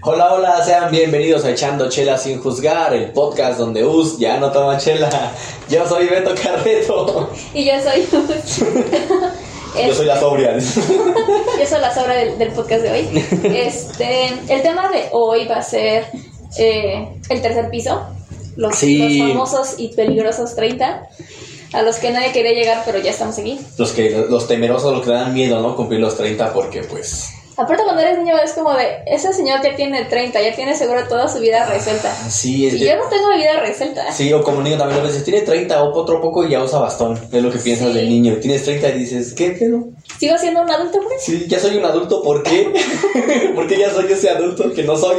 Hola, sean bienvenidos a Echando Chela sin Juzgar, el podcast donde Us ya no toma chela. Yo soy Beto Carreto. Y yo soy Este, Yo soy la sobria. yo soy la sobra del, del podcast de hoy. Este, el tema de hoy va a ser eh, el tercer piso, los, Sí. los famosos y peligrosos 30, a los que nadie quería llegar, pero ya estamos aquí. Los, que, los temerosos, los que dan miedo, ¿no? Cumplir los 30 porque, pues... Aparte cuando eres niño es como de, ese señor ya tiene 30, ya tiene seguro toda su vida resuelta. Sí, es Y yo no tengo mi vida resuelta. Sí, o como niño también a veces tiene 30 o otro poco y ya usa bastón. Es lo que piensas Sí. del niño. Tienes 30 y dices, ¿qué pedo? Sigo siendo un adulto, pues. Sí, ya soy un adulto, ¿por qué? ¿Por qué ya soy ese adulto que no soy?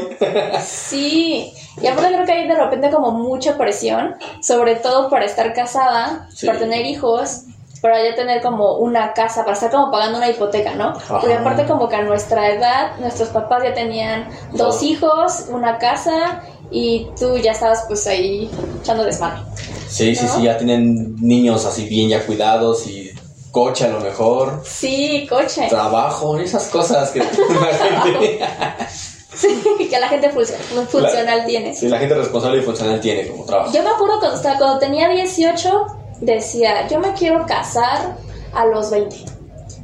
Sí. Y aparte creo que hay de repente como mucha presión, sobre todo para estar casada, Sí. para tener hijos, para ya tener como una casa, para estar como pagando una hipoteca, ¿no? Ajá. Porque aparte como que a nuestra edad, nuestros papás ya tenían dos Dos. hijos, una casa y tú ya estabas pues ahí echando desmadre. Sí, sí, ¿No? sí, ya tienen niños así bien ya cuidados y coche a lo mejor, Sí, coche. trabajo, esas cosas que la gente, que la gente func- funcional tiene. sí, la gente responsable y funcional tiene como trabajo. Yo me acuerdo cuando, estaba- cuando tenía 18, decía, yo me quiero casar a los 20.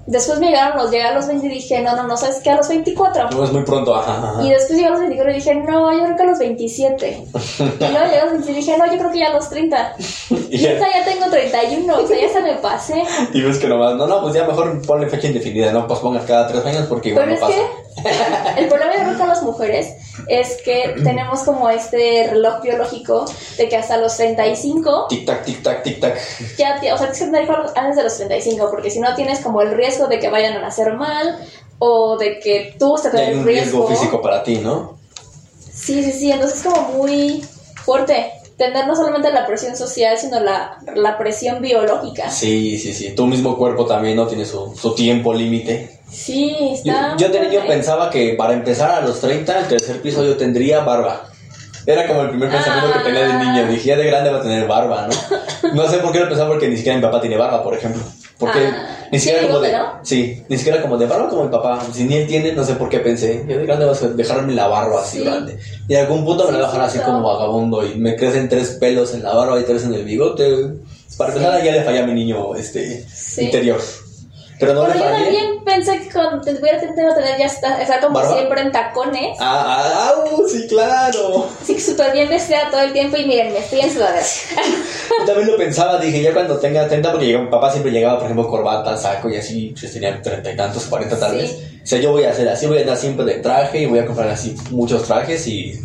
Después me llegaron los, llegué a los 20 y dije, no, no, no, ¿sabes qué? A los 24. No es muy pronto, ajá, ajá, ajá. Y después llegué a los 24 y dije, no, yo creo que a los 27. Y luego llegué a los 27 y dije, no, yo creo que ya a los 30. Y Y ya- ahorita ya tengo 31, o sea, ya se me pasé. y ves que nomás, no, no, pues ya mejor ponle fecha indefinida, no pospongas cada tres años porque igual Pero es no pasa. que el problema yo creo con las mujeres es que tenemos como este reloj biológico de que hasta los 35 Tic tac, tic tac, tic tac. ya, te- o sea, tienes que tener hijos antes de los 35, porque si no tienes como el riesgo de que vayan a nacer mal o de que tú se Ya te hay un riesgo físico para ti, ¿no? Sí, sí, sí, entonces es como muy fuerte tener no solamente la presión social, sino la, la presión biológica. Sí, sí, sí. Tu mismo cuerpo también no tiene su, su tiempo límite. Sí, Yo, está... yo de niño fuerte. pensaba que para empezar a los 30, el tercer piso yo tendría barba. Era como el primer pensamiento que tenía de Ah. niño. Dije, ya de grande va a tener barba, ¿no? No sé por qué lo pensaba porque ni siquiera mi papá tiene barba, por ejemplo. Porque Ah, ni siquiera sí, como de... bigote, ¿no? Sí, ni siquiera como de barba como mi papá. Si ni él tiene, no sé por qué pensé. Yo de grande vas a dejarme la barba así Sí. grande. Y en algún punto me Sí, la voy a dejar sí, así claro. como vagabundo y me crecen tres pelos en la barba y tres en el bigote. Para empezar, ya le fallé a mi niño este, Sí. interior. Pero no Pero le yo fallé. también pensé que cuando te hubiera tenido tener ya está, estar como ¿Barba? siempre en tacones. Ah, ah, au, sí, claro. Así que súper bien vestida todo el tiempo y miren, me estoy en sudadera. Yo también lo pensaba, dije, ya cuando tenga 30, porque llegaba- mi papá siempre llegaba, por ejemplo, corbata, saco y así, pues tenía 30 y tantos, 40 tal Sí. vez. O sea, yo voy a hacer así, voy a andar siempre de traje y voy a comprar así muchos trajes y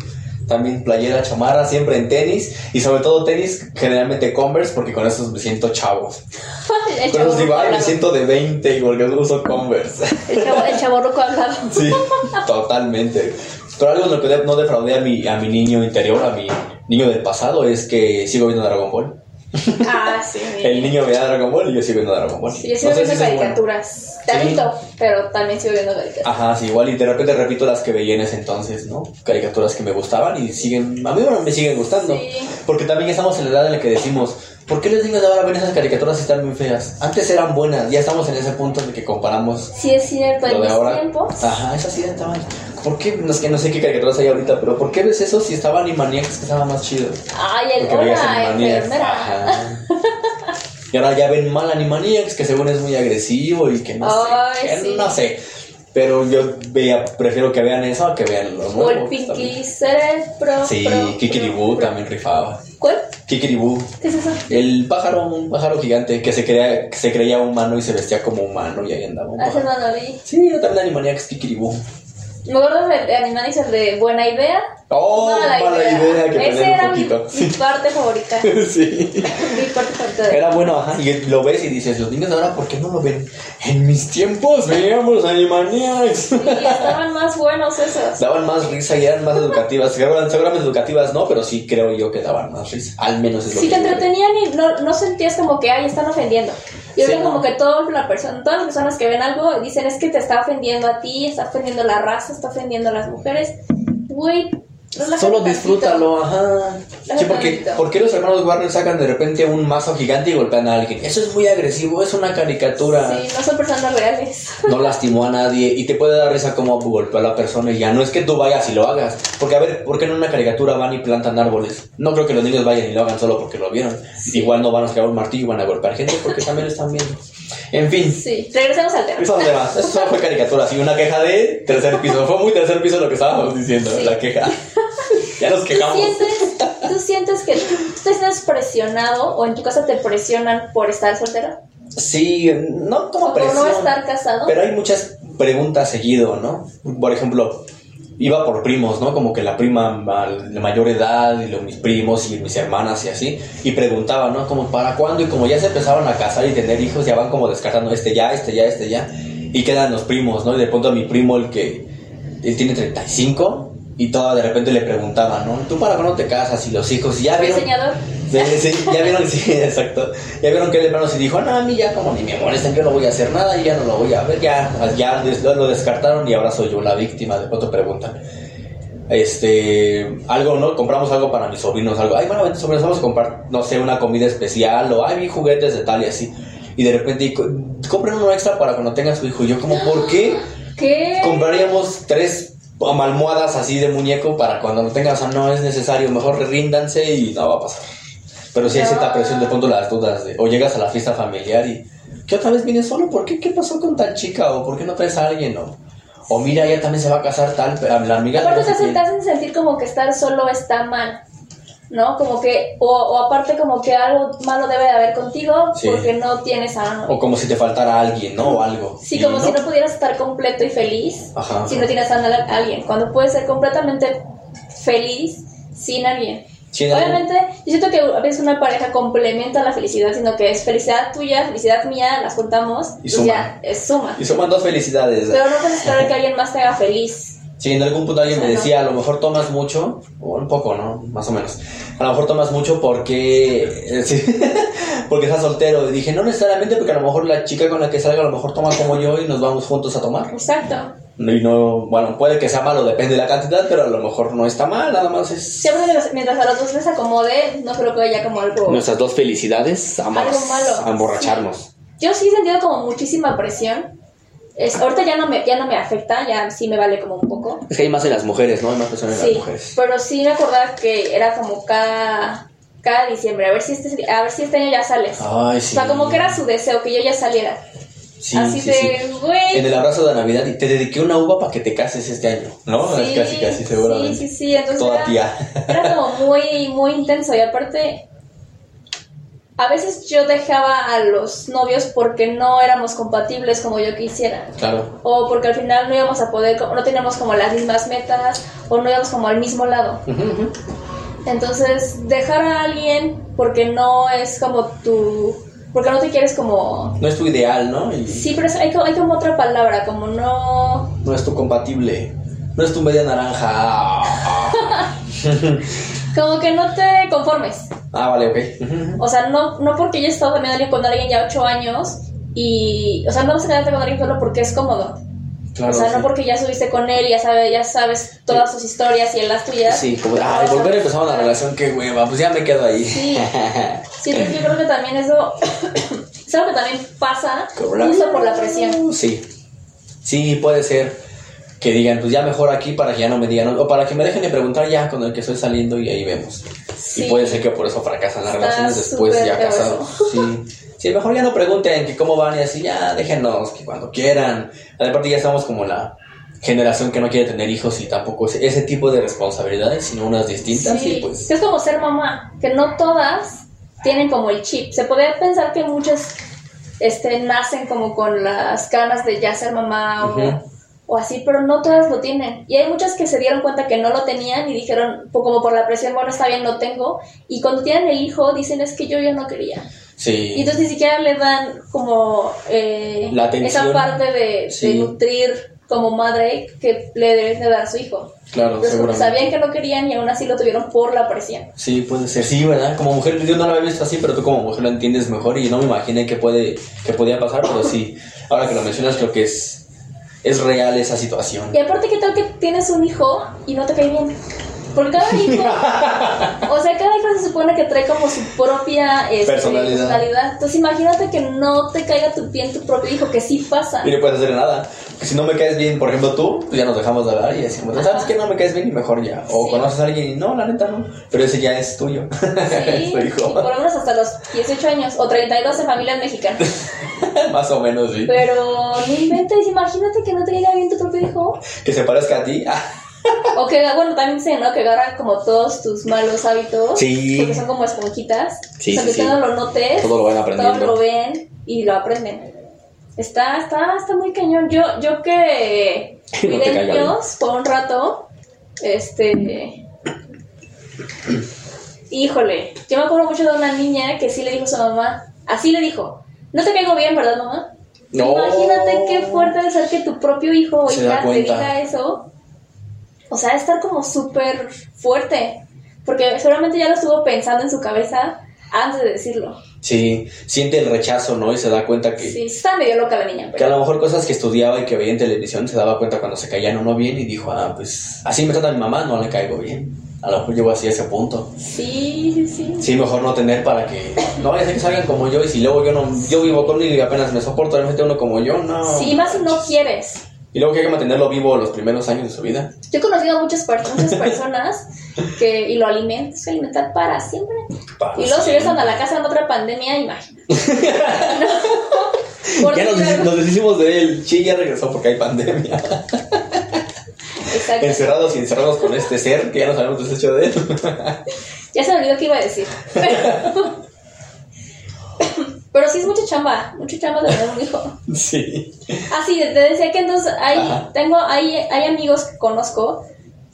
también playera, chamarra, siempre en tenis y sobre todo tenis, generalmente Converse, porque con esos me siento chavo. El Con esos pues digo, chaborruco ay, me hablado. siento de 20 y porque uso Converse. El chavo- el chaborruco hablado. Sí, totalmente. Pero algo en lo que de- no defraudé a mi, a mi niño interior, a mi niño del pasado, es que sigo viendo Dragon Ball. Ah, sí. El niño veía Dragon Ball y yo sigo viendo Dragon Ball. Sí, yo sigo No sé si viendo eso es bueno. caricaturas. Tanto, pero también sigo viendo caricaturas. Ajá, sí, igual y de repente repito las que veía en ese entonces, ¿no? Caricaturas que me gustaban y siguen, a mí ahora me siguen gustando. Sí. Porque también ya estamos en la edad en la que decimos, ¿por qué los niños de ahora ven esas caricaturas si están muy feas? Antes eran buenas, ya estamos en ese punto en el que comparamos Sí, es cierto, en lo de Pues, mis ahora. tiempos. Ajá, esas sí estaban. ¿Por qué? No, es que no sé qué caricaturas hay ahorita, pero ¿por qué ves eso si estaban Animaniacs que estaban más chido? Ay, el Porque Ah, veías Ah, hola, Animaniacs. enfermera. Ajá. Y ahora ya ven mal Animaniacs, que según es muy agresivo y que no sé. Ay, que sí. No sé. Pero yo vea, prefiero que vean eso a que vean lo nuevo. O el que está bien. Pinky Cerebro. Sí, pro, pro, Kikiribú pro. también rifaba. ¿Cuál? Kikiribú. ¿Qué es eso? El pájaro, un pájaro gigante que se, creía, que se creía humano y se vestía como humano y ahí andaba un Ah, ese pájaro. no lo vi. Sí, era también Animaniacs Kikiribú. Me acuerdo de, de Animaniacs, el de Buena Idea. Oh, mala, idea. que Ese tener era un mi, poquito. mi parte favorita. mi sí. parte favorita. de- Era bueno, ajá, y lo ves y dices, los niños de ahora, ¿por qué no lo ven? En mis tiempos veíamos Animaniacs. Sí, estaban más buenos esos. Daban más risa y eran más educativas. Seguramente, seguramente educativas no, pero sí creo yo que daban más risa. Al menos es lo Sí, que te yo creo. entretenían y no, no sentías como que, ay, están ofendiendo. Sí, Yo creo no. como que toda la persona, todas las personas que ven algo dicen es que te está ofendiendo a ti, está ofendiendo a la raza, está ofendiendo a las mujeres. Güey, relájate Solo tantito. disfrútalo, ajá. Sí, porque, ¿por qué los hermanos Warner sacan de repente un mazo gigante y golpean a alguien? Eso es muy agresivo, es una caricatura. Sí, no son personas reales. No lastimó a nadie y te puede dar risa como golpeó a la persona y ya no es que tú vayas y lo hagas. Porque a ver, ¿por qué en una caricatura van y plantan árboles? No creo que los niños vayan y lo hagan solo porque lo vieron. Sí. Igual no van a sacar un martillo y van a golpear gente porque también lo están viendo. En fin. Sí, regresemos al tema. Eso es demás. Eso solo fue caricatura, así una queja de tercer piso. Fue muy tercer piso lo que estábamos diciendo, Sí. la queja. Ya nos ¿Tú quejamos. sientes, ¿Tú sientes que tú te sientes presionado o en tu casa te presionan por estar soltero? Sí, no ¿O como por presión. no estar casado? Pero hay muchas preguntas seguido, ¿no? Por ejemplo, iba por primos, ¿no? Como que la prima ma- de mayor edad y los mis primos y mis hermanas y así. Y preguntaban, ¿no? Como para cuándo. Y como ya se empezaron a casar y tener hijos, ya van como descartando este ya, este ya, este ya. Y quedan los primos, ¿no? Y de pronto a mi primo, el que él tiene 35. Y toda de repente le preguntaban, ¿no? ¿Tú para cuándo te casas? Y los hijos, y ya ¿Soy vieron. diseñador? Sí, sí, ya vieron, sí, exacto. Ya vieron que el hermano se dijo, no, a mí ya como ni me molestan, yo no voy a hacer nada y ya no lo voy a ver, ya, ya des- lo descartaron y ahora soy yo la víctima, de pronto preguntan. Este, algo, ¿no? Compramos algo para mis sobrinos, algo. Ay, bueno, vente, sobrinos, vamos a comprar, no sé, una comida especial o ay, vi juguetes de tal y así. Y de repente, y co- compren uno extra para cuando tengan su hijo. Y yo, como, ¿por qué? ¿Qué? compraríamos tres um, almohadas así de muñeco para cuando lo tengas, o sea, no es necesario, mejor ríndanse y no va a pasar. Pero si hay cierta presión, de pronto las dudas, de- o llegas a la fiesta familiar y, ¿qué otra vez vienes solo? ¿Por qué? ¿Qué pasó con tal chica? ¿O por qué no traes a alguien? O, o mira, ella también se va a casar tal, pero la amiga... de Aparte no te sé quién. hacen, te hacen sentir como que estar solo está mal, ¿no? Como que, o, o aparte como que algo malo debe de haber contigo Sí. porque no tienes a... O como si te faltara alguien, ¿no? O algo. Sí, Y como si no pudieras estar completo y feliz Ajá. si no tienes a na- alguien. Cuando puedes ser completamente feliz sin alguien. Sin alguien. Obviamente, yo siento que a veces una pareja complementa la felicidad, sino que es felicidad tuya, felicidad mía, las juntamos Y y, suma. ya, es suma. Y suman dos felicidades. Pero no puedes esperar que alguien más te haga feliz. Sí, en algún punto alguien me Ajá. decía, a lo mejor tomas mucho, o un poco, ¿no? Más o menos. A lo mejor tomas mucho porque, eh, sí, porque estás soltero. Y dije, no necesariamente porque a lo mejor la chica con la que salga a lo mejor toma como yo y nos vamos juntos a tomar. Exacto. Y no, bueno, puede que sea malo, depende de la cantidad, pero a lo mejor no está mal, nada más es... Siempre mientras- mientras a los dos les acomode, no creo que haya como algo... Nuestras dos felicidades, ambas, Algo malo. a emborracharnos. Yo sí he sentido como muchísima presión. Es, ahorita ya no, me, ya no me afecta, ya sí me vale como un poco. Es que hay más en las mujeres, ¿no? Hay más personas en Sí, las mujeres. pero sí me acordaba que era como cada, cada diciembre, a ver, si este, a ver si este año ya sales. Ay, Ah, sí. O sea, como que era su deseo, que yo ya saliera. Sí, Así sí, sí. de, güey. En el abrazo de Navidad, y te dediqué una uva para que te cases este año, ¿no? sí, es casi, casi, seguramente. Sí, sí, sí, entonces Toda era, tía. era como muy, muy intenso y aparte... A veces yo dejaba a los novios porque no éramos compatibles como yo quisiera. Claro. o porque al final no íbamos a poder, no teníamos como las mismas metas o no íbamos como al mismo lado. Entonces, dejar a alguien porque no es como tu, porque no te quieres como... No es tu ideal, ¿no? Y Sí, pero es- hay, co- hay como otra palabra, como no... No es tu compatible. No es tu media naranja. Ah, Como que no te conformes. Ah, vale, ok. Ujú. O sea, no, no porque ya he estado también alguien- con alguien ya ocho años y... O sea, no vas a quedarte con alguien solo porque es cómodo. Claro. o sea, no sí. porque ya subiste con él, ya, sabe, ya sabes todas sus historias y él las tuyas. Sí, como, ay, volver a empezar una relación, qué hueva, pues ya me quedo ahí. Sí. Sí, entonces yo creo que también eso es algo que también pasa justo por la presión. Uh, Sí. Sí, puede ser que digan, pues ya mejor aquí para que ya no me digan, o para que me dejen de preguntar ya con el que estoy saliendo y ahí vemos. Sí. Y puede ser que por eso fracasan las Está relaciones después súper ya feo casados. Sí. Sí, mejor ya no pregunten que cómo van y así, ya déjenos que cuando quieran. Aparte ya estamos como la generación que no quiere tener hijos y tampoco ese, ese tipo de responsabilidades, sino unas distintas y Sí, pues... que es como ser mamá, que no todas tienen como el chip. Se podría pensar que muchas este, nacen como con las ganas de ya ser mamá o, Ujú. o así, pero no todas lo tienen. Y hay muchas que se dieron cuenta que no lo tenían y dijeron, po- como por la presión, bueno, está bien, lo tengo. Y cuando tienen el hijo, dicen, es que yo ya no quería. Sí. Y entonces ni siquiera le dan como eh, La atención. esa parte de, de Sí. nutrir como madre que le deben de dar a su hijo. claro, Entonces, pues, porque seguramente. sabían que no querían y aún así lo tuvieron por la presión. Sí, puede ser. Sí, ¿verdad? Como mujer, yo no lo había visto así, pero tú como mujer lo entiendes mejor y no me imaginé que, puede, que podía pasar, pero sí. Ahora que lo mencionas, creo que es, es real esa situación. Y aparte, ¿qué tal que tienes un hijo y no te cae bien? Porque cada hijo, o sea, cada hijo se supone que trae como su propia este, Personalidad. Entonces imagínate que no te caiga tu pie en tu propio hijo, que sí pasa. Y no puedes hacer nada. Porque si no me caes bien, por ejemplo, tú, pues ya nos dejamos de hablar y decimos, "Pues, ¿sabes Ajá. qué? No me caes bien y mejor ya. O Sí. conoces a alguien y no, la neta no. Pero ese ya es tuyo. Sí, es tu y por hijo. lo menos hasta los 18 años o 32 en familias mexicanas. Más o menos, sí. Pero no inventes, imagínate que no te caiga bien tu propio hijo. Que se parezca a ti. ah, O que, bueno, también sé, ¿no? Que agarra como todos tus malos hábitos. Sí. Porque son como esponjitas. Sí, o sea, sí, que sí. tú no lo notes. Todo lo van todos aprendiendo. lo ven y lo aprenden. Está, está, está muy cañón. Yo, yo que No cuidé te caiga bien. niños por un rato, este. Híjole, yo me acuerdo mucho de una niña que sí le dijo a su mamá, así le dijo, no te caigo bien, ¿verdad, mamá? No. Imagínate qué fuerte de ser que tu propio hijo o Oh. Se da hija te cuenta. diga eso. O sea, estar como súper fuerte, porque seguramente ya lo estuvo pensando en su cabeza antes de decirlo. Sí, siente el rechazo, ¿no? Y se da cuenta que, Sí, está medio loca la niña, que a pero. lo mejor cosas que estudiaba y que veía en televisión se daba cuenta cuando se caían uno bien y dijo, ah, pues así me trata mi mamá, no le caigo bien. A lo mejor llevo así a ese punto. Sí, sí, sí. Sí, mejor no tener para que no vaya a ser que salgan como yo y si luego yo no yo vivo con él y apenas me soporto realmente uno como yo, no. Sí, más si no quieres. Y luego que hay que mantenerlo vivo los primeros años de su vida. Yo he conocido a muchas, per- muchas personas que, y lo alimentas, que alimentar para siempre. Para Y luego siempre. si regresan a la casa en otra pandemia, imagínate. No. Por Ya nos, decir deshic- algo. nos deshicimos de él. Sí, ya regresó porque hay pandemia. Exacto. Encerrados y encerrados con este ser que ya nos habíamos deshecho de él. Ya se me olvidó qué iba a decir. Pero, pero sí es mucha chamba, mucha chamba de tener un hijo. sí. Ah, sí, te decía que entonces hay, Ajá. tengo, hay, hay amigos que conozco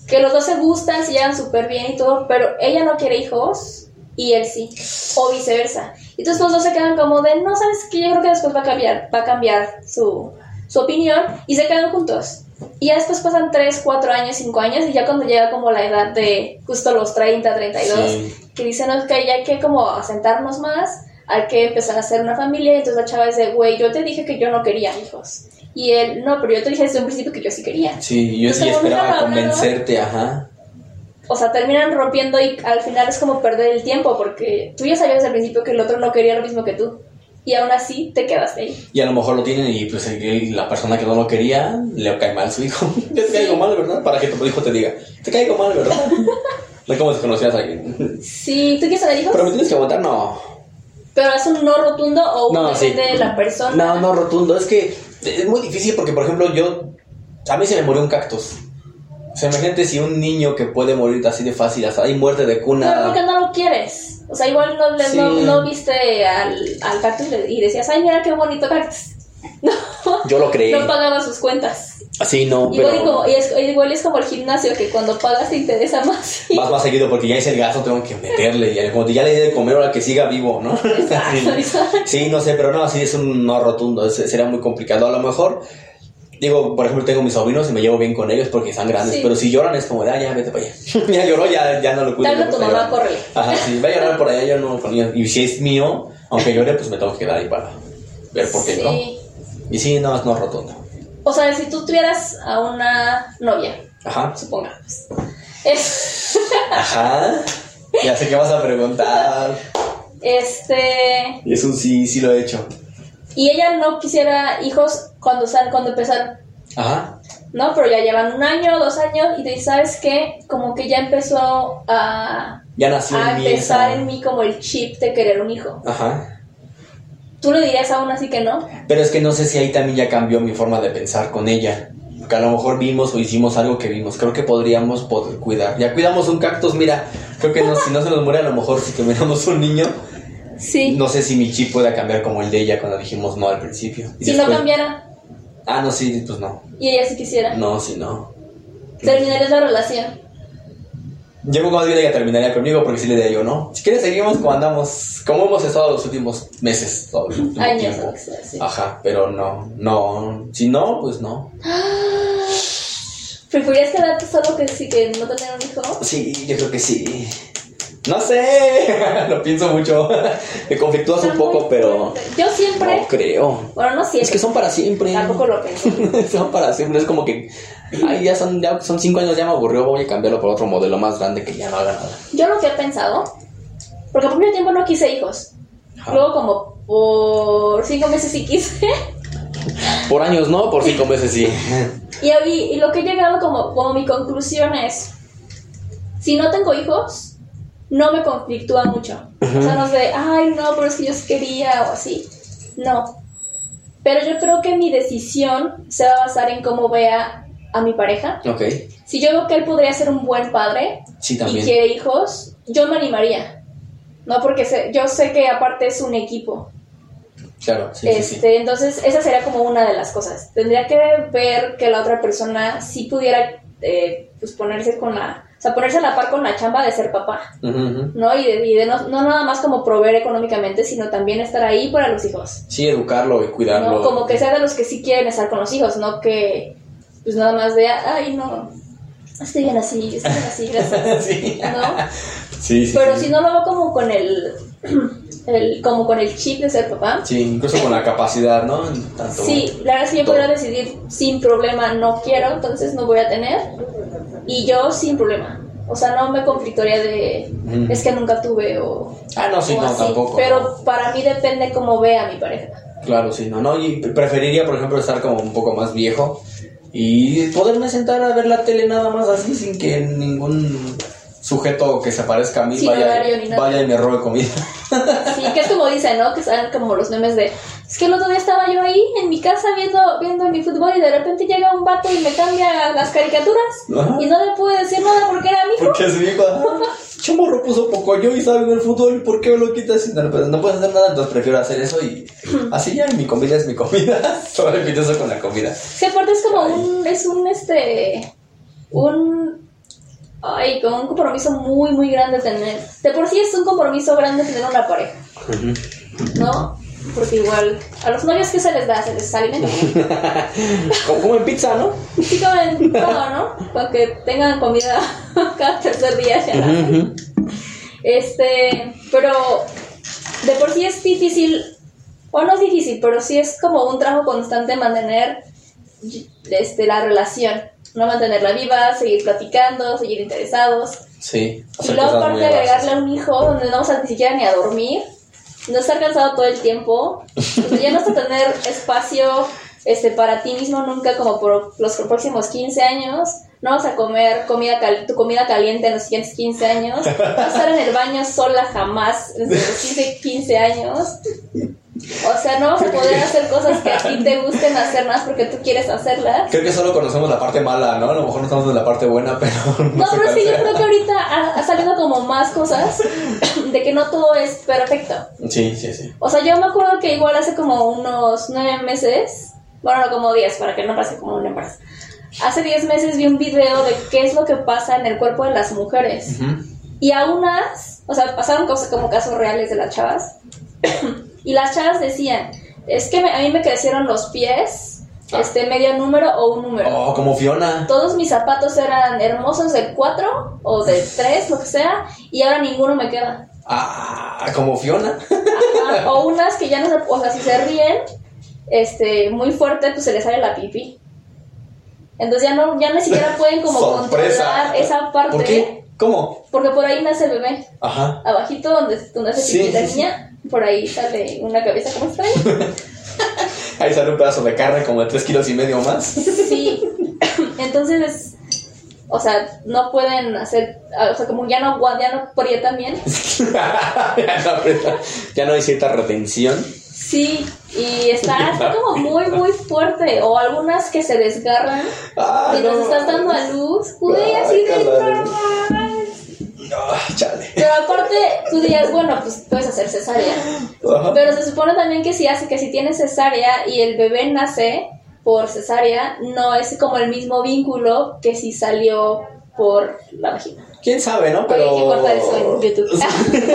que los dos se gustan, se llevan súper bien y todo, pero ella no quiere hijos y él sí, o viceversa. Entonces los dos se quedan como de, no, ¿sabes que Yo creo que después va a cambiar, va a cambiar su, su opinión y se quedan juntos. Y ya después pasan 3, 4 años, 5 años y ya cuando llega como la edad de justo los 30, 32, Sí. que dicen, ok, ya hay que como asentarnos más, hay que empezar a hacer una familia. Y entonces la chava dice, güey, yo te dije que yo no quería hijos. Y él, no, pero yo te dije desde un principio que yo sí quería. Sí, yo Pues sí como nunca lo esperaba hablaron. convencerte, ajá. O sea, terminan rompiendo y al final es como perder el tiempo porque tú ya sabías desde el principio que el otro no quería lo mismo que tú. Y aún así te quedaste ahí. Y a lo mejor lo tienen y pues el- la persona que no lo quería le cae mal su hijo. Yo te Sí. caigo mal, ¿verdad? Para que tu hijo te diga, te caigo mal, ¿verdad? no es como si conocías a alguien. Sí, ¿tú quieres tener hijos? Pero me tienes que aguantar, no. Pero es un no rotundo o un No, depende sí. de la persona. No, no, rotundo. Es que es muy difícil porque, por ejemplo, yo. A mí se me murió un cactus. O sea, imagínate si un niño que puede morir así de fácil, hasta hay muerte de Pero cuna. porque no lo quieres. O sea, igual no, le- no, Sí. no viste al, al cactus y decías, ay, mira qué bonito cactus. No. Yo lo creí. no pagaba sus cuentas. Sí, no, Igual, y pero. como, y es, igual es como el gimnasio, que cuando pagas te interesa más. Más, más seguido porque ya hice el gasto, tengo que meterle. Y como que ya le di de comer ahora que siga vivo, ¿no? Sí. Exacto, exacto. Sí, no sé, pero no, sí es un no rotundo, es- sería muy complicado. A lo mejor, digo, por ejemplo, tengo mis sobrinos y me llevo bien con ellos porque están grandes, Sí. pero si lloran es como, de, ah, ya, vete para allá. ya lloró, ya, ya no lo cuido. Te habla ya tu está mamá, llorando. córrele. Ajá, sí, va a llorar por allá, yo no con ellos. Y si es mío, aunque llore, pues me tengo que quedar ahí para ver por qué no. Sí. Y sí, no, es no rotundo. O sea, si tú tuvieras a una novia, Ajá, supongamos. Es- ajá. Ya sé qué vas a preguntar. este. Y es un sí, sí lo he hecho. Y ella no quisiera hijos cuando, sal, cuando empezaron. Ajá. No, pero ya llevan un año, dos años, y te dices, ¿sabes qué? Como que ya empezó a, Ya nació a en mí. empezar esa- en mí como el chip de querer un hijo. Ajá. ¿Tú le dirías aún así que no? Pero es que no sé si ahí también ya cambió mi forma de pensar con ella. Que a lo mejor vimos o hicimos algo que vimos. Creo que podríamos poder cuidar. Ya cuidamos un cactus, mira. Creo que no, si no se nos muere, a lo mejor si tuviéramos un niño. Sí. No sé si mi chip pueda cambiar como el de ella cuando dijimos no al principio. Y si no después- cambiara Ah, no, sí, pues no. y ella sí quisiera, No, sí, no. terminarías la relación. Yo creo que más bien ella terminaría conmigo porque sí le diría yo no. Si quieres, seguimos como andamos. Como hemos estado los últimos meses. Todo el último Años, tiempo. o sea, sí. Ajá, pero no, no. Si no, pues no. ¿Preferirías quedarte solo que sí que no tener un hijo? Sí, yo creo que sí. No sé, lo pienso mucho. Me conflictúas un Está muy poco, pero fuerte. Yo siempre. no creo. Bueno, no siempre. Es que son para siempre. Tampoco lo pensé. son para siempre. Es como que Ay, ya son, ya son cinco años, ya me aburrió, voy a cambiarlo por otro modelo más grande que ya no haga nada. Yo lo que he pensado, porque por mucho tiempo no quise hijos. Ajá. Luego como por cinco meses sí quise. Por años no, por cinco meses sí. Y, y- y lo que he llegado como, como mi conclusión es, si no tengo hijos, no me conflictúa mucho. O sea, no es de, ay, no, pero es que yo sí quería o así. No. Pero yo creo que mi decisión se va a basar en cómo vea a mi pareja. Ok, Si yo veo que él podría ser un buen padre sí y también. quiere hijos, yo me animaría. No, porque sé- yo sé que aparte es un equipo. Claro, sí, sí, Este, sí. entonces esa sería como una de las cosas. Tendría que ver que la otra persona sí pudiera, eh, pues ponerse con la, o sea, ponerse a la par con la chamba de ser papá, Ujú, ujú. ¿no? Y de, y de no, no nada más como proveer económicamente, sino también estar ahí para los hijos, Sí, educarlo y ¿no? cuidarlo. Como que sea de los que sí quieren estar con los hijos, no que, pues nada más de, ay, no, estoy bien así, estoy bien así, gracias, sí. ¿no? Sí, sí. Pero sí. si no lo veo como con el, el, como con el chip de ser papá, Sí, incluso con la capacidad, ¿no? En Tanto... Sí, la verdad es que yo todo. podría decidir sin problema, no quiero, entonces no voy a tener. Y yo sin problema. O sea, no me conflictaría de Ujú. es que nunca tuve o, Ah, no, sí, o no, así. tampoco. Pero para mí depende cómo vea a mi pareja. Claro, sí, no, no, y preferiría, por ejemplo, estar como un poco más viejo y poderme sentar a ver la tele nada más así sin que ningún sujeto que se parezca a mí Sin vaya, horario ni nada. vaya y me robe comida. Sí, que es como dicen, ¿no? Que salen como los memes de es que el otro día estaba yo ahí en mi casa viendo, viendo mi fútbol y de repente llega un vato y me cambia las caricaturas Ajá. y no le pude decir nada porque era mi hijo. Porque es mi hijo, ajá. Chamorro puso poco yo y sabe en el fútbol, ¿y por qué me lo quitas? Y No, pues, no puedes hacer nada, entonces prefiero hacer eso y así ya mi comida es mi comida. Solo repito eso con la comida. Sí, aparte es como un, es un, este, un, ay, como un compromiso muy, muy grande tener. De por sí es un compromiso grande tener una pareja, ¿no? Porque igual, a los novios, ¿qué se les da? Se les alimenta. Como, como en pizza, ¿no? Sí comen todo, ¿no? Para que tengan comida cada tercer día. ya. Este, pero de por sí es difícil, o no es difícil, pero sí es como un trabajo constante mantener este, la relación, no mantenerla viva, seguir platicando, seguir interesados. Sí. Y hacer luego cosas aparte de nuevas. agregarle a un hijo donde no vamos a ni siquiera ni a dormir, no estar cansado todo el tiempo, donde ya no vas a tener espacio este, para ti mismo nunca como por los próximos 15 años, no vas a comer comida cal- tu comida caliente en los siguientes 15 años, no vas a estar en el baño sola jamás en los 15, 15 años. O sea, no vas a poder hacer cosas que a ti te gusten hacer más porque tú quieres hacerlas. Creo que solo conocemos la parte mala, ¿no? A lo mejor no estamos en la parte buena, pero. No, sé pero es cuál que yo sea. creo que ahorita ha, ha salido como más cosas de que no todo es perfecto. Sí, sí, sí. O sea, yo me acuerdo que igual hace como unos nueve meses, bueno, no como diez, para que no pase como un embarazo. Hace diez meses vi un video de qué es lo que pasa en el cuerpo de las mujeres. Y a unas, o sea, pasaron cosas como casos reales de las chavas. y las chavas decían, es que me- a mí me crecieron los pies, Ah. este medio número o un número. Oh, como Fiona. Todos mis zapatos eran hermosos de cuatro o de tres, lo que sea, y ahora ninguno me queda. Ah, como Fiona. Ajá, O unas que ya no se, o sea, si se ríen este, muy fuerte, pues se les sale la pipí. Entonces ya no, ya ni siquiera pueden como Sorpresa. controlar esa parte. ¿Por qué? ¿Cómo? Porque por ahí nace el bebé. Ajá. Abajito donde, donde hace Sí, pipí la sí, sí. niña, por ahí sale una cabeza como extraña. Ahí sale un pedazo de carne como de tres kilos y medio más. Sí. Entonces es- o sea, no pueden hacer, o sea, como ya no aguan- ya no prietan bien. ya, no, aprieta. Ya no hay cierta retención. Sí, y está, está como muy, muy fuerte. O algunas que se desgarran. Ah, Mientras no. estás dando a luz, güey, Ay, así de caray. normal. Ah, chale. Pero aparte, tú dirías, bueno, pues puedes hacer cesárea. Ajá. Pero se supone también que si hace que si tienes cesárea y el bebé nace por cesárea, no es como el mismo vínculo que si salió por la vagina. ¿Quién sabe, no? Oye, Pero. hay que cortar eso en YouTube.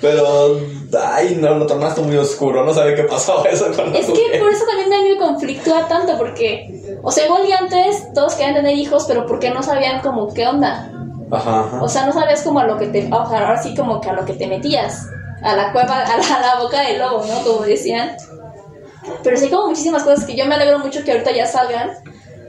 Pero. Ay, no, lo tornaste muy oscuro. No sabía qué pasaba eso con la es que mujer. por eso también a mí me conflictúa tanto, porque, o sea, igual y antes todos querían tener hijos, pero porque no sabían como qué onda. Ajá, ajá. O sea, no sabías como a lo que te, o sea, ahora sí como que a lo que te metías, a la cueva, a la, a la boca del lobo, ¿no? Como decían. Pero sí hay como muchísimas cosas que yo me alegro mucho que ahorita ya salgan,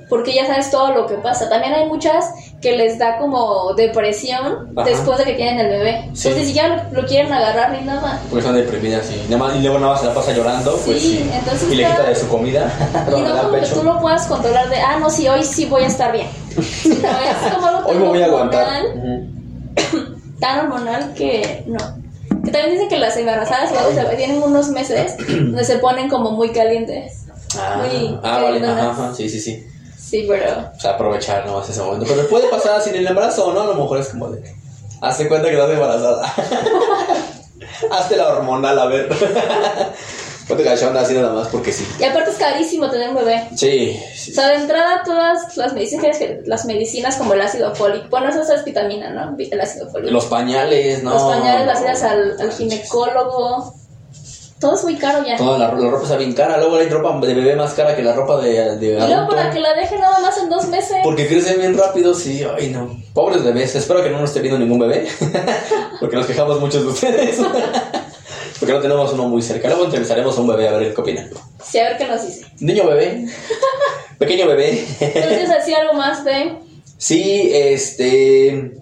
porque ya sabes todo lo que pasa. También hay muchas que les da como depresión Ajá. después de que tienen el bebé. Sí. Pues ni siquiera lo, lo quieren agarrar ni nada. Porque están deprimidas y, nada más, y luego nada más se la pasa llorando, pues Sí, sí. entonces y le está- quita de su comida, Y lo no da al como que tú pecho. lo puedas controlar de, ah, no, sí, hoy sí voy a estar bien. Sino es como algo tan Hoy me voy a aguantar. hormonal, Ujú. tan hormonal que no. Que también dicen que las embarazadas luego se- tienen unos meses donde se ponen como muy calientes. Ah, Muy ah, vale, ajá, queridonas. ajá, sí, sí, sí. Sí, pero... O sea, aprovechar nomás ese momento. Pero puede pasar sin el embarazo, ¿no? A lo mejor es como de. Hazte cuenta que estás embarazada. Hazte la hormonal, a ver. Ponte cachonda así nada más porque sí. Y aparte es carísimo tener un bebé. Sí, O sí. sea, de entrada todas las medicinas, que- las medicinas como el ácido fólico, bueno, esas es vitamina, ¿no? Vi- El ácido fólico. Los pañales, ¿no? Los pañales, las ideas idas al, al ginecólogo, todo es muy caro ya. Toda la, la ropa está bien cara. Luego hay ropa de bebé más cara que la ropa de, de Y luego adulto. para que la dejen nada más en dos meses. Porque crecen bien rápido, sí. Ay, no. Pobres bebés. Espero que no nos esté viendo ningún bebé. Porque nos quejamos muchos de ustedes. Porque no tenemos uno muy cerca. Luego entrevistaremos a un bebé a ver qué opina. Sí, a ver qué nos dice. Niño bebé. Pequeño bebé. Entonces, así algo más de... Sí, este.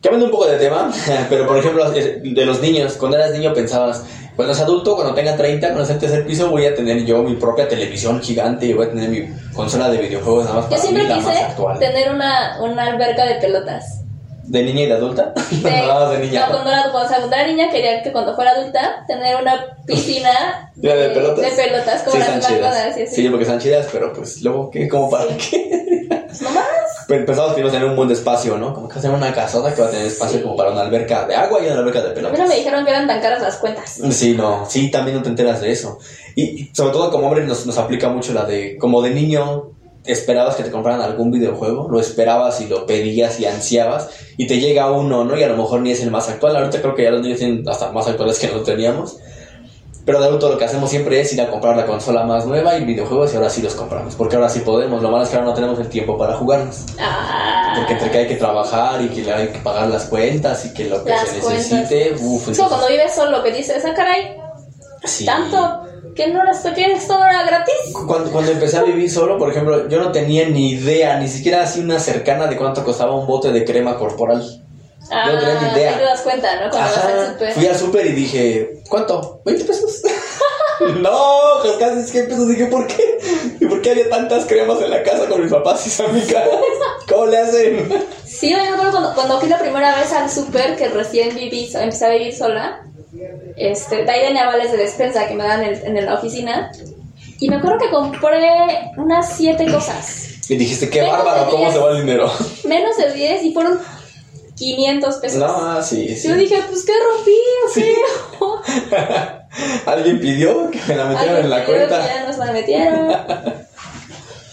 Cambiando un poco de tema, pero por ejemplo, eh, de los niños, cuando eras niño pensabas, cuando seas adulto, cuando tenga 30, cuando esté en tercer piso, voy a tener yo mi propia televisión gigante y voy a tener mi consola de videojuegos nada más Yo para mí, siempre la más quise actual. tener una, una alberca de pelotas. ¿De niña y de adulta? De- no, nada más de niña. No, cuando era, cuando- o sea, cuando era niña quería que cuando fuera adulta tener una piscina ¿De, de pelotas? de pelotas, como sí, las están chidas. banconas y así. Sí, porque están chidas, pero pues luego, ¿qué? ¿Cómo para qué? Pues, no más. Pero Pensabas que ibas a tener un buen espacio, ¿no? Como que vas a tener una casota que va a tener espacio como para una alberca de agua y una alberca de A pelotas. mí no me dijeron que eran tan caras las cuentas. Sí, no, sí, también no te enteras de eso. Y, y sobre todo como hombre nos, nos aplica mucho la de, como de niño, esperabas que te compraran algún videojuego, lo esperabas y lo pedías y ansiabas, y te llega uno, ¿no? Y a lo mejor ni es el más actual, ahorita creo que ya los niños tienen hasta más actuales que no teníamos. Pero de adulto lo que hacemos siempre es ir a comprar la consola más nueva y videojuegos y ahora sí los compramos, porque ahora sí podemos, lo malo es que ahora no tenemos el tiempo para jugarnos. Ah. Porque entre que hay que trabajar y que le hay que pagar las cuentas y que lo que Las se cuentas. necesite, uff, Es como cuando vives solo que dices, ah, caray, sí. tanto que no las que esto no era gratis. Cuando, cuando empecé a vivir solo, por ejemplo, yo no tenía ni idea, ni siquiera así una cercana de cuánto costaba un bote de crema corporal. Ah, no tenía ni idea. ahí te das cuenta, ¿no? Cuando vas al Ajá, súper. fui al súper y dije, ¿cuánto? ¿20 pesos? no, pues casi 100 pesos. Dije, ¿por qué? ¿Y por qué había tantas cremas en la casa con mis papás y esa amiga? ¿Cómo le hacen? Sí, yo me acuerdo cuando, cuando fui la primera vez al súper, que recién viví, so- empecé a vivir sola, este, de ahí tenía vales de despensa que me dan en, en la oficina, y me acuerdo que compré unas siete cosas, Y dijiste, qué Menos de bárbaro, ¿cómo diez. se va el dinero? menos de 10 y fueron 500 pesos. no, sí, sí. Yo dije, pues, ¿qué rompí o qué? Alguien pidió que me la metieran Algo en la que creo cuenta. que Ya nos la metieron.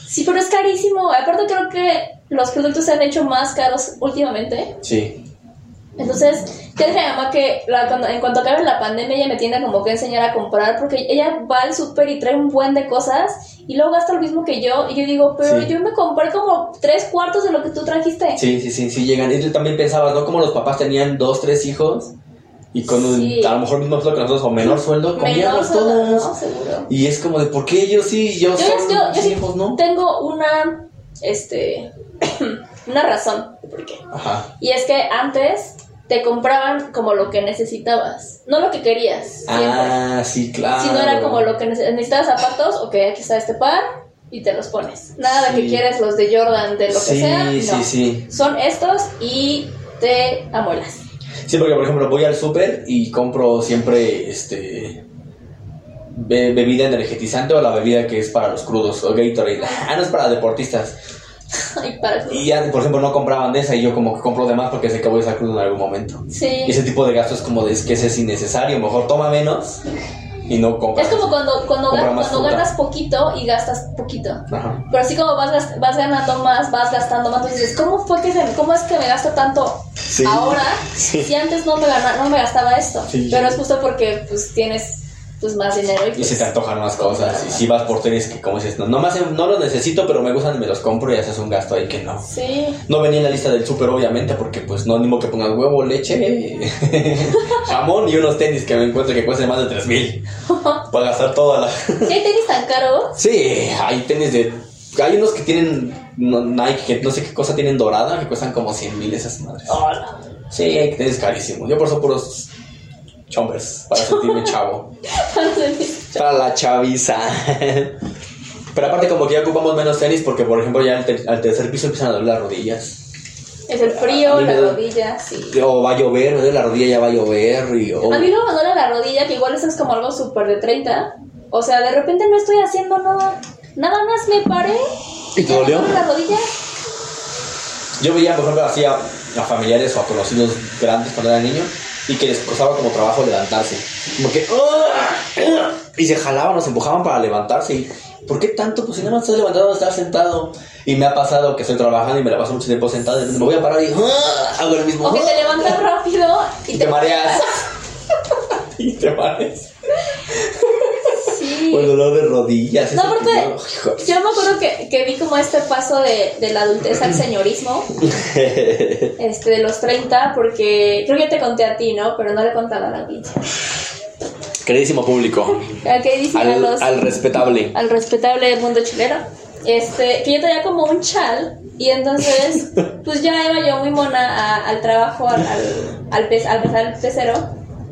sí, pero es carísimo. Aparte creo que los productos se han hecho más caros últimamente. Sí. Entonces, ya dije a mi mamá que la- cuando- en cuanto acabe la pandemia ella me tiene como que enseñar a comprar porque ella va al súper y trae un buen de cosas y luego gasta lo mismo que yo y yo digo, pero Sí. yo me compré como tres cuartos de lo que tú trajiste. Sí, sí, sí, sí llegan. Y tú también pensabas, ¿no? Como los papás tenían dos, tres hijos y con un- Sí. a lo mejor mismo sueldo que nosotros o menor sueldo, comíamos Menos, ¿no? todos. Seguro. Y es como de, ¿por qué ellos sí y yo, Yo, son yo- yo sí hijos, no? tengo una, este, una razón de por qué. Ajá. Y es que antes te compraban como lo que necesitabas, no lo que querías, siempre. Ah, sí, claro. Sino era como lo que nece- necesitabas zapatos, ok, aquí está este par y te los pones. Nada de Sí. que quieres los de Jordan, de lo que Sí, sea. no. sí, sí. Son estos y te amuelas. Sí, porque por ejemplo voy al súper y compro siempre este be- bebida energetizante o la bebida que es para los crudos o Gatorade. Ah, no es para deportistas. Ay, para Y ya, por ejemplo, no compraban de esa y yo como que compro de más porque sé que voy a estar crudo en algún momento. Y Sí. ese tipo de gasto es como de es que ese es innecesario, mejor toma menos y no compra. Es como cuando, cuando, Compra ga- más cuando fruta. ganas poquito y gastas poquito. Ajá. Pero así como vas, gas- vas ganando más, vas gastando más, entonces dices, ¿cómo, fue que se- ¿cómo es que me gasto tanto Sí. ahora Sí. si antes no me, gana- no me gastaba esto? Sí. Pero es justo porque pues tienes pues, más dinero y, Y pues, se te antojan más cosas. Y si vas por tenis que como dices, no, no, me hacen- no los necesito, pero me gustan y me los compro y haces un gasto ahí que no. pues, Sí, No venía en la lista del súper, obviamente, porque pues no animo que pongas huevo, leche, jamón y unos tenis que me encuentre que cuesten más de 3000 mil. Para gastar toda la... ¿qué hay tenis tan caros? Sí, hay tenis de Hay unos que tienen no, Nike, que no sé qué cosa tienen dorada, que cuestan como 100 mil esas madres. Hola. Sí, es carísimo. Yo por eso puros chombers, para sentirme chavo. Para la chaviza. Pero aparte como que ya ocupamos menos tenis porque, por ejemplo, ya al, ter- al tercer piso empiezan a doler las rodillas. Es el A frío, mí me la da- rodilla, sí. O va a llover, me duele la rodilla, ya va a llover. Y, o- A mí lo abandona la rodilla, que igual eso es como algo súper de 30. O sea, de repente no estoy haciendo nada. Nada más me paré. ¿Y te ya me dolió? duele la rodilla? Yo veía, por ejemplo, así a, a familiares o a conocidos grandes cuando era niño y que les costaba como trabajo levantarse. Como que... "Ah, ah", Y se jalaban o se empujaban para levantarse. Y, ¿Por qué tanto? Pues si nada más estás levantado, estás sentado. Y me ha pasado que estoy trabajando y me la paso mucho tiempo sentado. y me voy a parar y "Ah", hago el mismo. O que te "Ah", levantas rápido y, Y te mareas. y te mareas. Sí. O el dolor de rodillas. No, ese aparte, que yo- hijo. yo me acuerdo que, que vi como este paso de, de la adultez al señorismo, este, de los 30, porque creo que yo te conté a ti, ¿no? Pero no le contaba a la audiencia. Queridísimo público. ¿A qué dicen a Al, los- al respetable. al respetable mundo chileno. Este, que yo traía como un chal y entonces pues ya iba yo muy mona a- al trabajo, al, al, al, pes- al pesar del pecero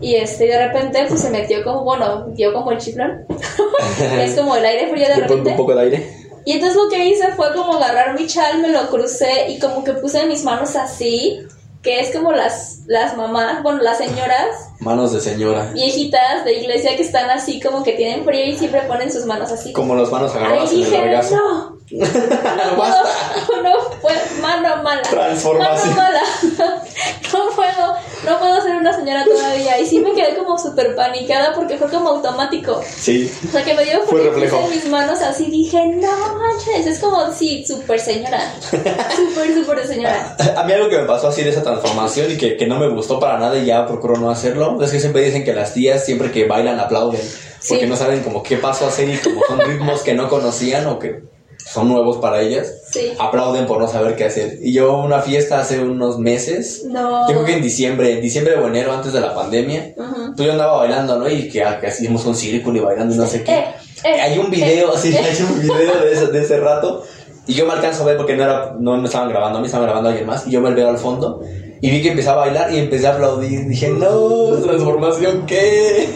y este, de repente pues se metió como, bueno, vio como el chiflón, es como el aire frío de Le pongo repente. un poco de aire. Y entonces lo que hice fue como agarrar mi chal, me lo crucé y como que puse mis manos así, que es como las, las mamás, bueno, las señoras Manos de señora. viejitas de iglesia que están así como que tienen frío y siempre ponen sus manos así. Como las manos Ahí agarradas en el dije, regazo. no, Basta. No, no fue mano mala. Transformación. Mano mala. No puedo, no puedo ser una señora todavía. Y sí me quedé como súper paniqueada porque fue como automático. Sí. O sea, que me dio Fue porque reflejo. puse mis manos así dije, no manches. Es como, sí, súper señora. Súper, súper señora. A mí algo que me pasó así de esa transformación y que, que no me gustó para nada y ya procuro no hacerlo, es que siempre dicen que las tías siempre que bailan aplauden, porque Sí. no saben como qué paso hacer y como son ritmos que no conocían o que son nuevos para ellas, Sí. aplauden por no saber qué hacer. Y yo una fiesta hace unos meses, No. yo creo que en diciembre, en diciembre o enero antes de la pandemia, Ujú. pues yo andaba bailando, ¿no? Y que, que hacíamos un círculo y bailando y no sé qué. Eh, eh, hay un video, eh, sí, eh. hay un video de ese, de ese rato. Y yo me alcanzo a ver porque no, era, no me estaban grabando, a mí estaban grabando a alguien más. Y yo me veo al fondo y vi que empezaba a bailar y empecé a aplaudir. Dije, no, transformación, ¿qué?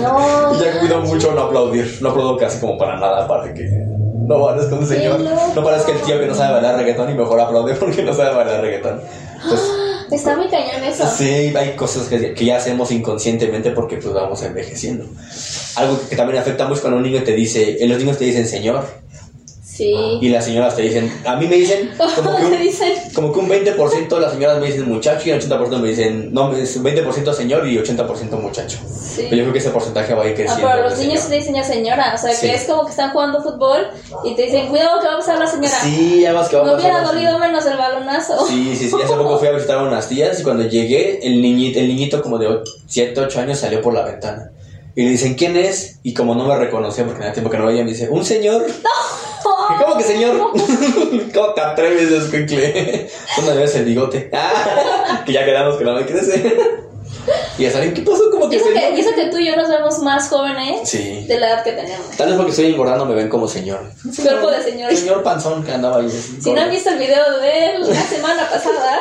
No. Y ya cuido mucho no aplaudir. No aplaudo casi como para nada, para que no parezca un señor. loco. No parezca el tío que no sabe bailar reggaetón y mejor aplaude porque no sabe bailar reggaetón. Entonces, Está muy cañón eso. Sí, hay cosas que, que ya hacemos inconscientemente porque pues vamos envejeciendo. Algo que, también afecta mucho cuando un niño te dice, eh, los niños te dicen señor Sí. y las señoras te dicen, a mí me dicen como que ¿Cómo te un, dicen? como que un 20% de las señoras me dicen muchacho y el 80% me dicen, no, es un 20% señor y 80% muchacho. Sí. Pero yo creo que ese porcentaje va a ir Ah, creciendo. pero de los niños señor. sí te dicen ya señora, o sea Sí. que es como que están jugando fútbol y te dicen, cuidado que va a pasar la señora. Sí, además que vamos Me a hubiera pasar así. dolido menos el balonazo. Sí, sí, sí. Hace poco fui a visitar a unas tías y cuando llegué, el niñito, el niñito como de 7, 8 años salió por la ventana. Y le dicen, ¿quién es? Y como no me reconocía porque tenía tiempo que no veía, me dice, ¿un señor? Y, ¿Cómo que señor? ¿Cómo te atreves, escuincle? Una vez el bigote. Ah, que ya quedamos que no me crece. Y ya saben, ¿qué pasó? ¿Cómo Y que eso señor? que, y eso que tú y yo nos vemos más jóvenes Sí. de la edad que tenemos. Tal vez porque estoy engordando me ven como señor. Cuerpo de señor. Señor panzón que andaba ahí. así, Si no han visto el video de la semana pasada,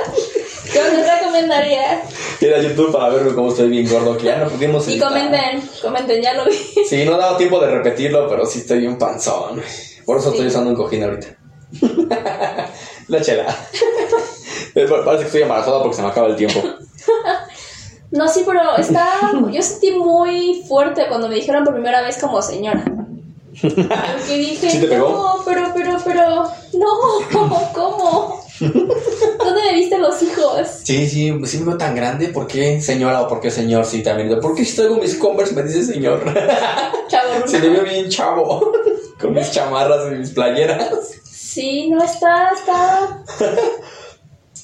yo les recomendaría. Ir a YouTube para ver cómo estoy bien gordo. Que ya no pudimos Y editar. comenten, comenten, ya lo vi. Sí, no he dado tiempo de repetirlo, pero sí estoy bien panzón. Por eso Sí. estoy usando un cojín ahorita. La chela. Es- Parece que estoy embarazada porque se me acaba el tiempo. No, sí, pero está. Yo sentí muy fuerte cuando me dijeron por primera vez como señora. Porque dije, ¿Sí te pegó? no, pero, pero, pero, no, ¿cómo? ¿Cómo? ¿Dónde me viste los hijos? Sí, sí, sí me veo tan grande. ¿Por qué señora o por qué señor? Sí, también. ¿Por qué si traigo mis Converse me dice señor? Chavo, Se me veo bien chavo. Con mis chamarras y mis playeras. Sí, no está, está.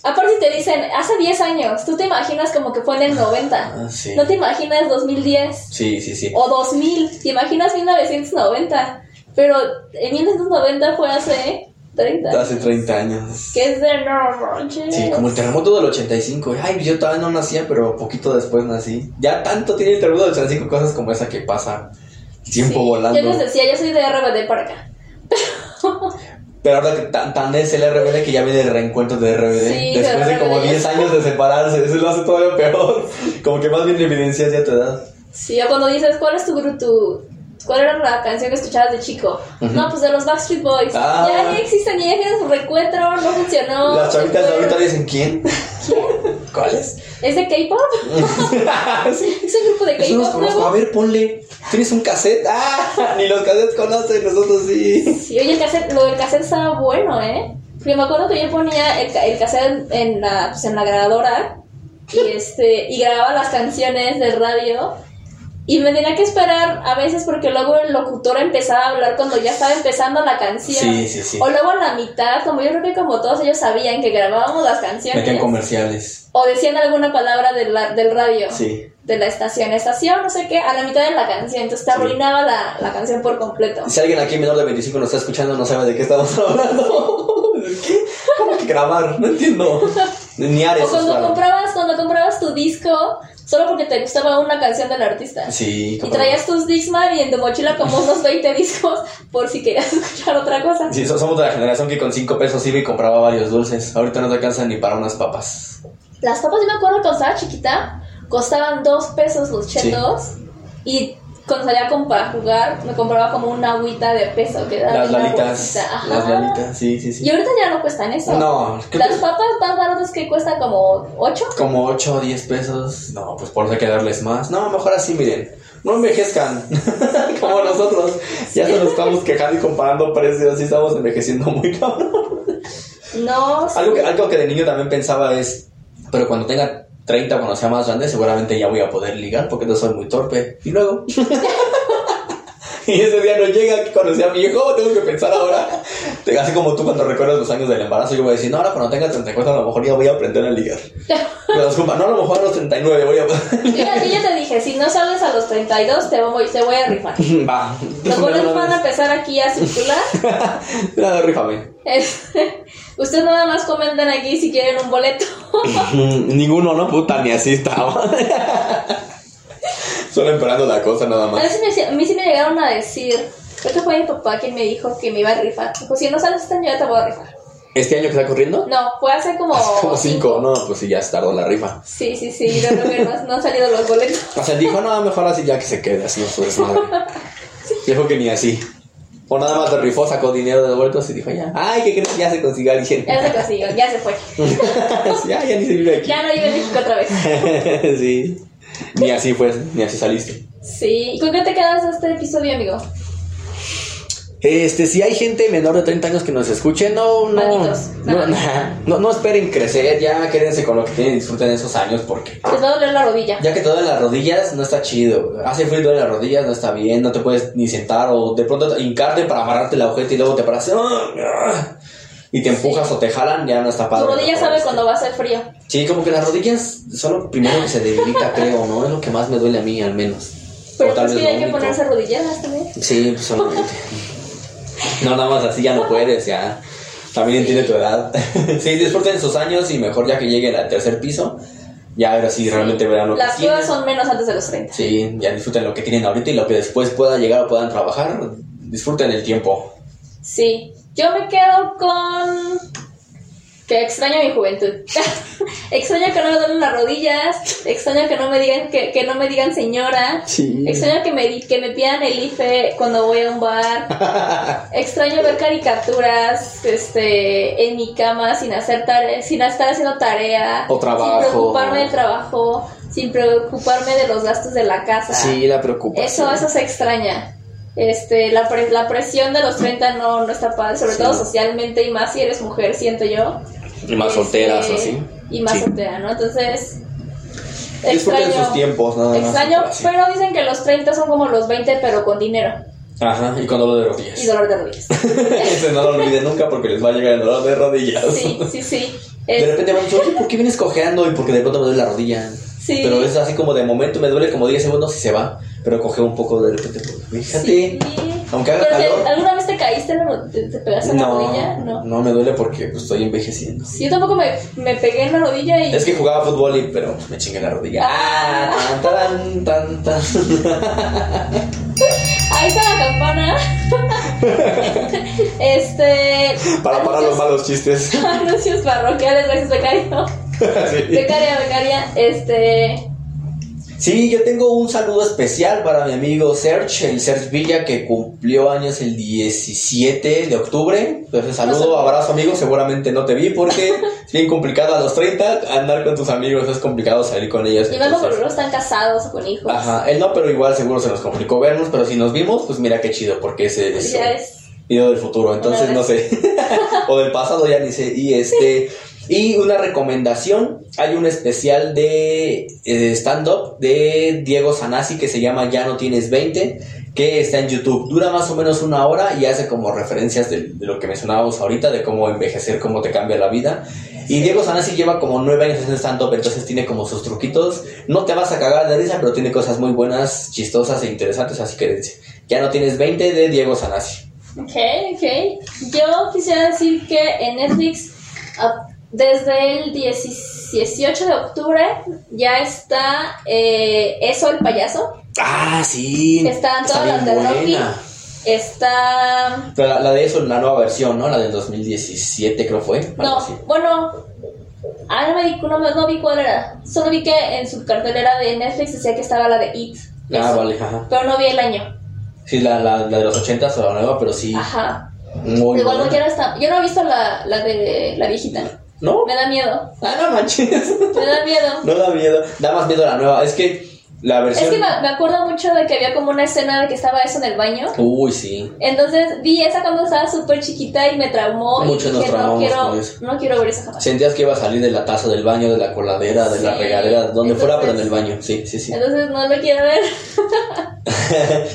Aparte si te dicen, hace 10 años, tú te imaginas como que fue en el 90. Ah, sí. No te imaginas 2010 Sí, sí, sí. o 2000, te imaginas 1990. Pero en 1990 fue hace 30. Hace 30 años. Que es de no manches. Sí, como el terremoto del 85. Ay, pues yo todavía no nacía, pero poquito después nací. Ya tanto tiene el terremoto del 85, cosas como esa que pasa. Tiempo Sí, volando. Yo les decía, yo soy de RBD para acá. Pero ahora que tan, tan es el RBD que ya viene el reencuentro de RBD. Sí, después pero de como RBD. 10 años de separarse, eso lo hace todavía peor. Como que más bien evidencias ya tu edad. Sí, o cuando dices, ¿cuál es tu grupo? tu- ¿Cuál era la canción que escuchabas de chico? Ujú. No, pues de los Backstreet Boys. Ah. Ya, ya existen, ya tienen su reencuentro, no funcionó. Las chavitas de Bueno, ahorita dicen: ¿Quién? ¿Cuáles? ¿Es de K-pop? Sí. ¿Es un grupo de Eso no los K-pop conozco. A nuevo? ver, ponle. ¿Tienes un cassette? ¡Ah! Ni los cassettes conocen, nosotros sí. Sí, oye, el cassette, lo del cassette estaba bueno, ¿eh? Porque me acuerdo que yo ponía el, ca- el cassette en la, pues, en la grabadora y, este, y grababa las canciones de radio. Y me tenía que esperar a veces porque luego el locutor empezaba a hablar cuando ya estaba empezando la canción. Sí, sí, sí. O luego a la mitad, como yo creo que como todos ellos sabían que grabábamos las Metían canciones. comerciales. O decían alguna palabra de la- del radio. Sí. De la estación, estación, no sé qué, a la mitad de la canción. Entonces te Sí. arruinaba la, la canción por completo. Si alguien aquí menor de 25 nos está escuchando, no sabe de qué estamos hablando. ¿Qué? ¿Cómo que grabar? No entiendo. Ni Ares. O cuando claro. comprabas, cuando comprabas tu disco, solo porque te gustaba una canción del artista. Sí, Y como- traías tus Discman y en tu mochila como unos 20 discos por si querías escuchar otra cosa. Sí, so- somos de la generación que con 5 pesos iba y compraba varios dulces. Ahorita no te alcanzan ni para unas papas. Las papas, yo me acuerdo cuando estaba chiquita, costaban dos pesos los chetos. Y cuando salía con- para jugar, me compraba como una agüita de peso. Que daba Las una lalitas. bolsita. Ajá. Las lalitas, sí, sí, sí. Y ahorita ya no cuestan eso. No, creo Las que papas más baratas que cuestan como 8. como 8 o 10 pesos. No, pues por eso hay que darles más. No, mejor así, miren. No envejezcan como nosotros. Ya se nos estamos quejando y comparando precios. Sí, estamos envejeciendo muy cabrón. No, sí. Algo que, algo que de niño también pensaba es, pero cuando tenga 30, cuando sea más grande, seguramente ya voy a poder ligar porque no soy muy torpe. Y luego... y ese día no llega que cuando sea viejo, tengo que pensar ahora. Te- Así como tú cuando recuerdas los años del embarazo, yo voy a decir, no, ahora cuando tenga 34 a lo mejor ya voy a aprender a ligar. Pero disculpa, no, a lo mejor a los 39 voy a... Mira, yo ya te dije, si no sales a los 32, te voy, te voy a rifar. Va. Los Una- boletos una van a empezar aquí a circular. vez. Una vez, rífame. Este, Ustedes nada más comentan aquí si quieren un boleto. Ninguno, no puta, ni así estaba. Solo empeorando la cosa nada A más. mí sí me, decía- a mí sí me llegaron a decir, creo que fue mi papá quien me dijo que me iba a rifar. Pues si no sales este año, ya te voy a rifar. ¿Este año que está corriendo? No, fue hace como. Hace como cinco, no, pues sí, ya se tardó la rifa. Sí, sí, sí, no, no, no, no han salido los boletos. O sea, dijo, no, mejor así ya que se quede, así no su desmadre. Dijo que ni así. O nada más le rifó, sacó dinero de los vueltos y dijo, ya, ay, ¿qué crees? Ya se consiguió alguien. Ya se consiguió, ya se fue. Sí, "Ah, ya, ya ni se vive aquí. Ya no vive en México otra vez. sí. Ni así fue, ni así saliste. Sí, ¿y con qué te quedas de este episodio, amigo? Este, si hay gente menor de 30 años que nos escuche, no, no, Malditos. no, no, no esperen crecer, ya quédense con lo que tienen, disfruten esos años porque Les va a doler la rodilla. Ya que te duelen las rodillas, no está chido. güey. Hace frío y duelen las rodillas, no está bien. No te puedes ni sentar o de pronto hincarte para amarrarte la ojeta y luego te paras. ¡ah! ¡ah! Y te empujas o te jalan, ya no está Tu padre. rodilla sabe cuando va a ser frío. Sí, como que las rodillas son lo primero que se debilita, creo, ¿no? Es lo que más me duele a mí, al menos. Pero O tal es vez que lo hay que único. ponerse rodilleras también. Sí, pues, solamente. no, nada más así ya no puedes, ya. También Sí. entiende tu edad. sí, disfruten sus años y mejor ya que lleguen al tercer piso, ya ahora sí realmente verán lo Las que quieren. cuevas son menos antes de los 30. Sí, ya disfruten lo que tienen ahorita y lo que después pueda llegar o puedan trabajar. Disfruten el tiempo. Sí. Yo me quedo con. Que extraño mi juventud. extraño que no me duelen las rodillas. Extraño que no me digan que, que no me digan señora. Sí. Extraño que me, di- que me pidan el IFE cuando voy a un bar. extraño ver caricaturas este, en mi cama sin, hacer tare- sin estar haciendo tarea. O trabajo. Sin preocuparme del trabajo. Sin preocuparme de los gastos de la casa. Sí, la preocupación. Eso, eso se extraña. Este, la, pre- la presión de los 30 no, no está padre, sobre Sí. todo socialmente y más si eres mujer, siento yo. Y más Este, solteras o así. Y más Sí. soltera, ¿no? Entonces, Disfruten extraño. sus tiempos, nada más. Extraño, Así. pero dicen que los 30 son como los 20, pero con dinero Ajá, y con dolor de y rodillas. dolor de rodillas. Ese no lo olviden nunca porque les va a llegar el dolor de rodillas. Sí, sí, sí. De Es- repente vamos, oye, ¿por qué vienes cojeando? Y porque de pronto me duele la rodilla. Sí. Pero es así como de momento me duele como 10 segundos y se va. Pero coge un poco de repente. pues, Fíjate. sí. aunque haga Pero te- calor. ¿Alguna vez te caíste, en la ro- te, te pegaste en la rodilla? No, No. no me duele porque pues, estoy envejeciendo. Sí, yo tampoco me, me pegué en la rodilla y... Es que jugaba fútbol y pero me chingué la rodilla. Ah. Ah, tan, tan, tan. Ahí está la campana. este, de. Para parar los malos chistes. Anuncios parroquiales, gracias, becario. Sí. Becaria, becaria, este. Sí, yo tengo un saludo especial para mi amigo Serge, el Serge Villa, que cumplió años el 17 de octubre. Entonces, saludo, abrazo, amigo. Seguramente no te vi porque es bien complicado a los 30 andar con tus amigos, es complicado salir con ellos. Y más los entonces- porque están casados o con hijos. Ajá, él no, pero igual seguro se nos complicó vernos, pero si nos vimos, pues mira qué chido, porque ese es un Felicidades. video del futuro, entonces no sé, o del pasado ya ni sé, y este, y una recomendación, hay un especial de eh, stand-up de Diego Sanasi que se llama Ya no tienes 20, que está en YouTube, dura más o menos una hora y hace como referencias de, de lo que mencionábamos ahorita, de cómo envejecer, cómo te cambia la vida, y Diego Sanasi lleva como nueve años haciendo stand-up, entonces tiene como sus truquitos. No te vas a cagar de risa, pero tiene cosas muy buenas, chistosas e interesantes, así que dense. Ya no tienes 20 de Diego Sanasi. Ok, ok. Yo quisiera decir que en Netflix, a- desde el 18 de octubre, ya está eh, Eso el payaso. Ah, sí. Están Está todas bien las de Rocky. buena. Está. Pero la, la de eso, la nueva versión, ¿no? La del 2017 creo fue. algo No, así. bueno. Ah, no, me di- no, me- no vi cuál era. Solo vi que en su cartelera de Netflix decía que estaba la de It. Ah, Eso. vale, ajá. Pero no vi el año. Sí, la, la, la de los 80 o la nueva, pero sí. Ajá. Muy Ah. Igual no buena. quiero hasta. Yo no he visto la, la de la viejita. ¿No? Me da miedo. Ah, no manches. Me da miedo. no da miedo. Da más miedo la nueva. Es que la versión. Es que me, me acuerdo mucho de que había como una escena de que estaba eso en el baño. Uy, sí. Entonces vi esa cuando estaba súper chiquita y me traumó. Muchos y nos dije, no traumamos quiero, con eso". no quiero ver esa jamás. Sentías que iba a salir de la taza del baño, de la coladera, de la Sí. regadera, de donde fuera, pero en el Entonces- baño. Sí, sí, sí. Entonces no lo quiero ver.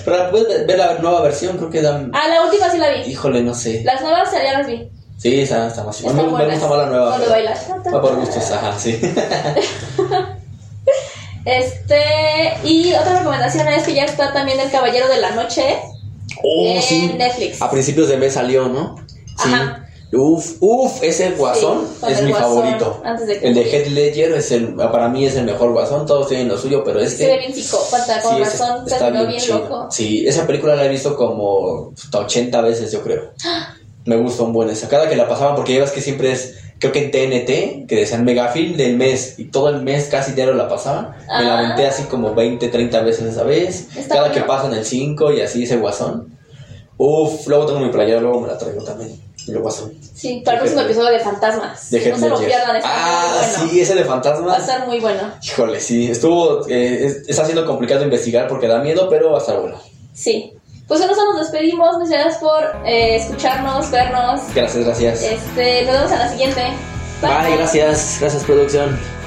pero la puedes ver la nueva versión, creo que dan. Ah, la última sí la vi. Híjole, no sé. Las nuevas ya las vi. Sí, está, está más. Están me, me buenas. gusta más la nueva. Cuando pero- baila. Va Ah, por gustos, ajá, sí. Este, y otra recomendación es que ya está también El Caballero de la Noche. oh, En sí. Netflix. A principios de mes salió, ¿no? Sí. Ajá. Uf, uf, ese guasón Sí, con es el mi Guasón, favorito. antes de que- El de Heath Ledger es el, para mí es el mejor guasón. Todos tienen lo suyo, pero este. Se ve bien psicópata, con Sí, ese razón está terminó bien chido. loco. Sí, esa película la he visto como hasta 80 veces, yo creo. Me gusta un buen esa. Cada que la pasaban, porque ya ves que siempre es, creo que en TNT, que decían megafilm del mes, y todo el mes casi diario la pasaban. Me la Ah. aventé así como 20, 30 veces esa vez. Está Cada bueno. que pasan el 5 y así ese guasón. Uf, luego tengo mi playera, luego me la traigo también. El guasón. Sí, para el próximo Heath- episodio de Fantasmas. De no se lo Heath Ledger. pierdan, está Ah, muy bueno. sí, ese de Va a fantasmas. estar muy bueno. Híjole, sí, estuvo, eh, es- está siendo complicado investigar porque da miedo, pero va a estar bueno. Sí. Pues con eso nos despedimos. Muchas gracias por eh, escucharnos, vernos. Gracias, gracias. Este, nos vemos a la siguiente. Bye, gracias. Gracias, producción.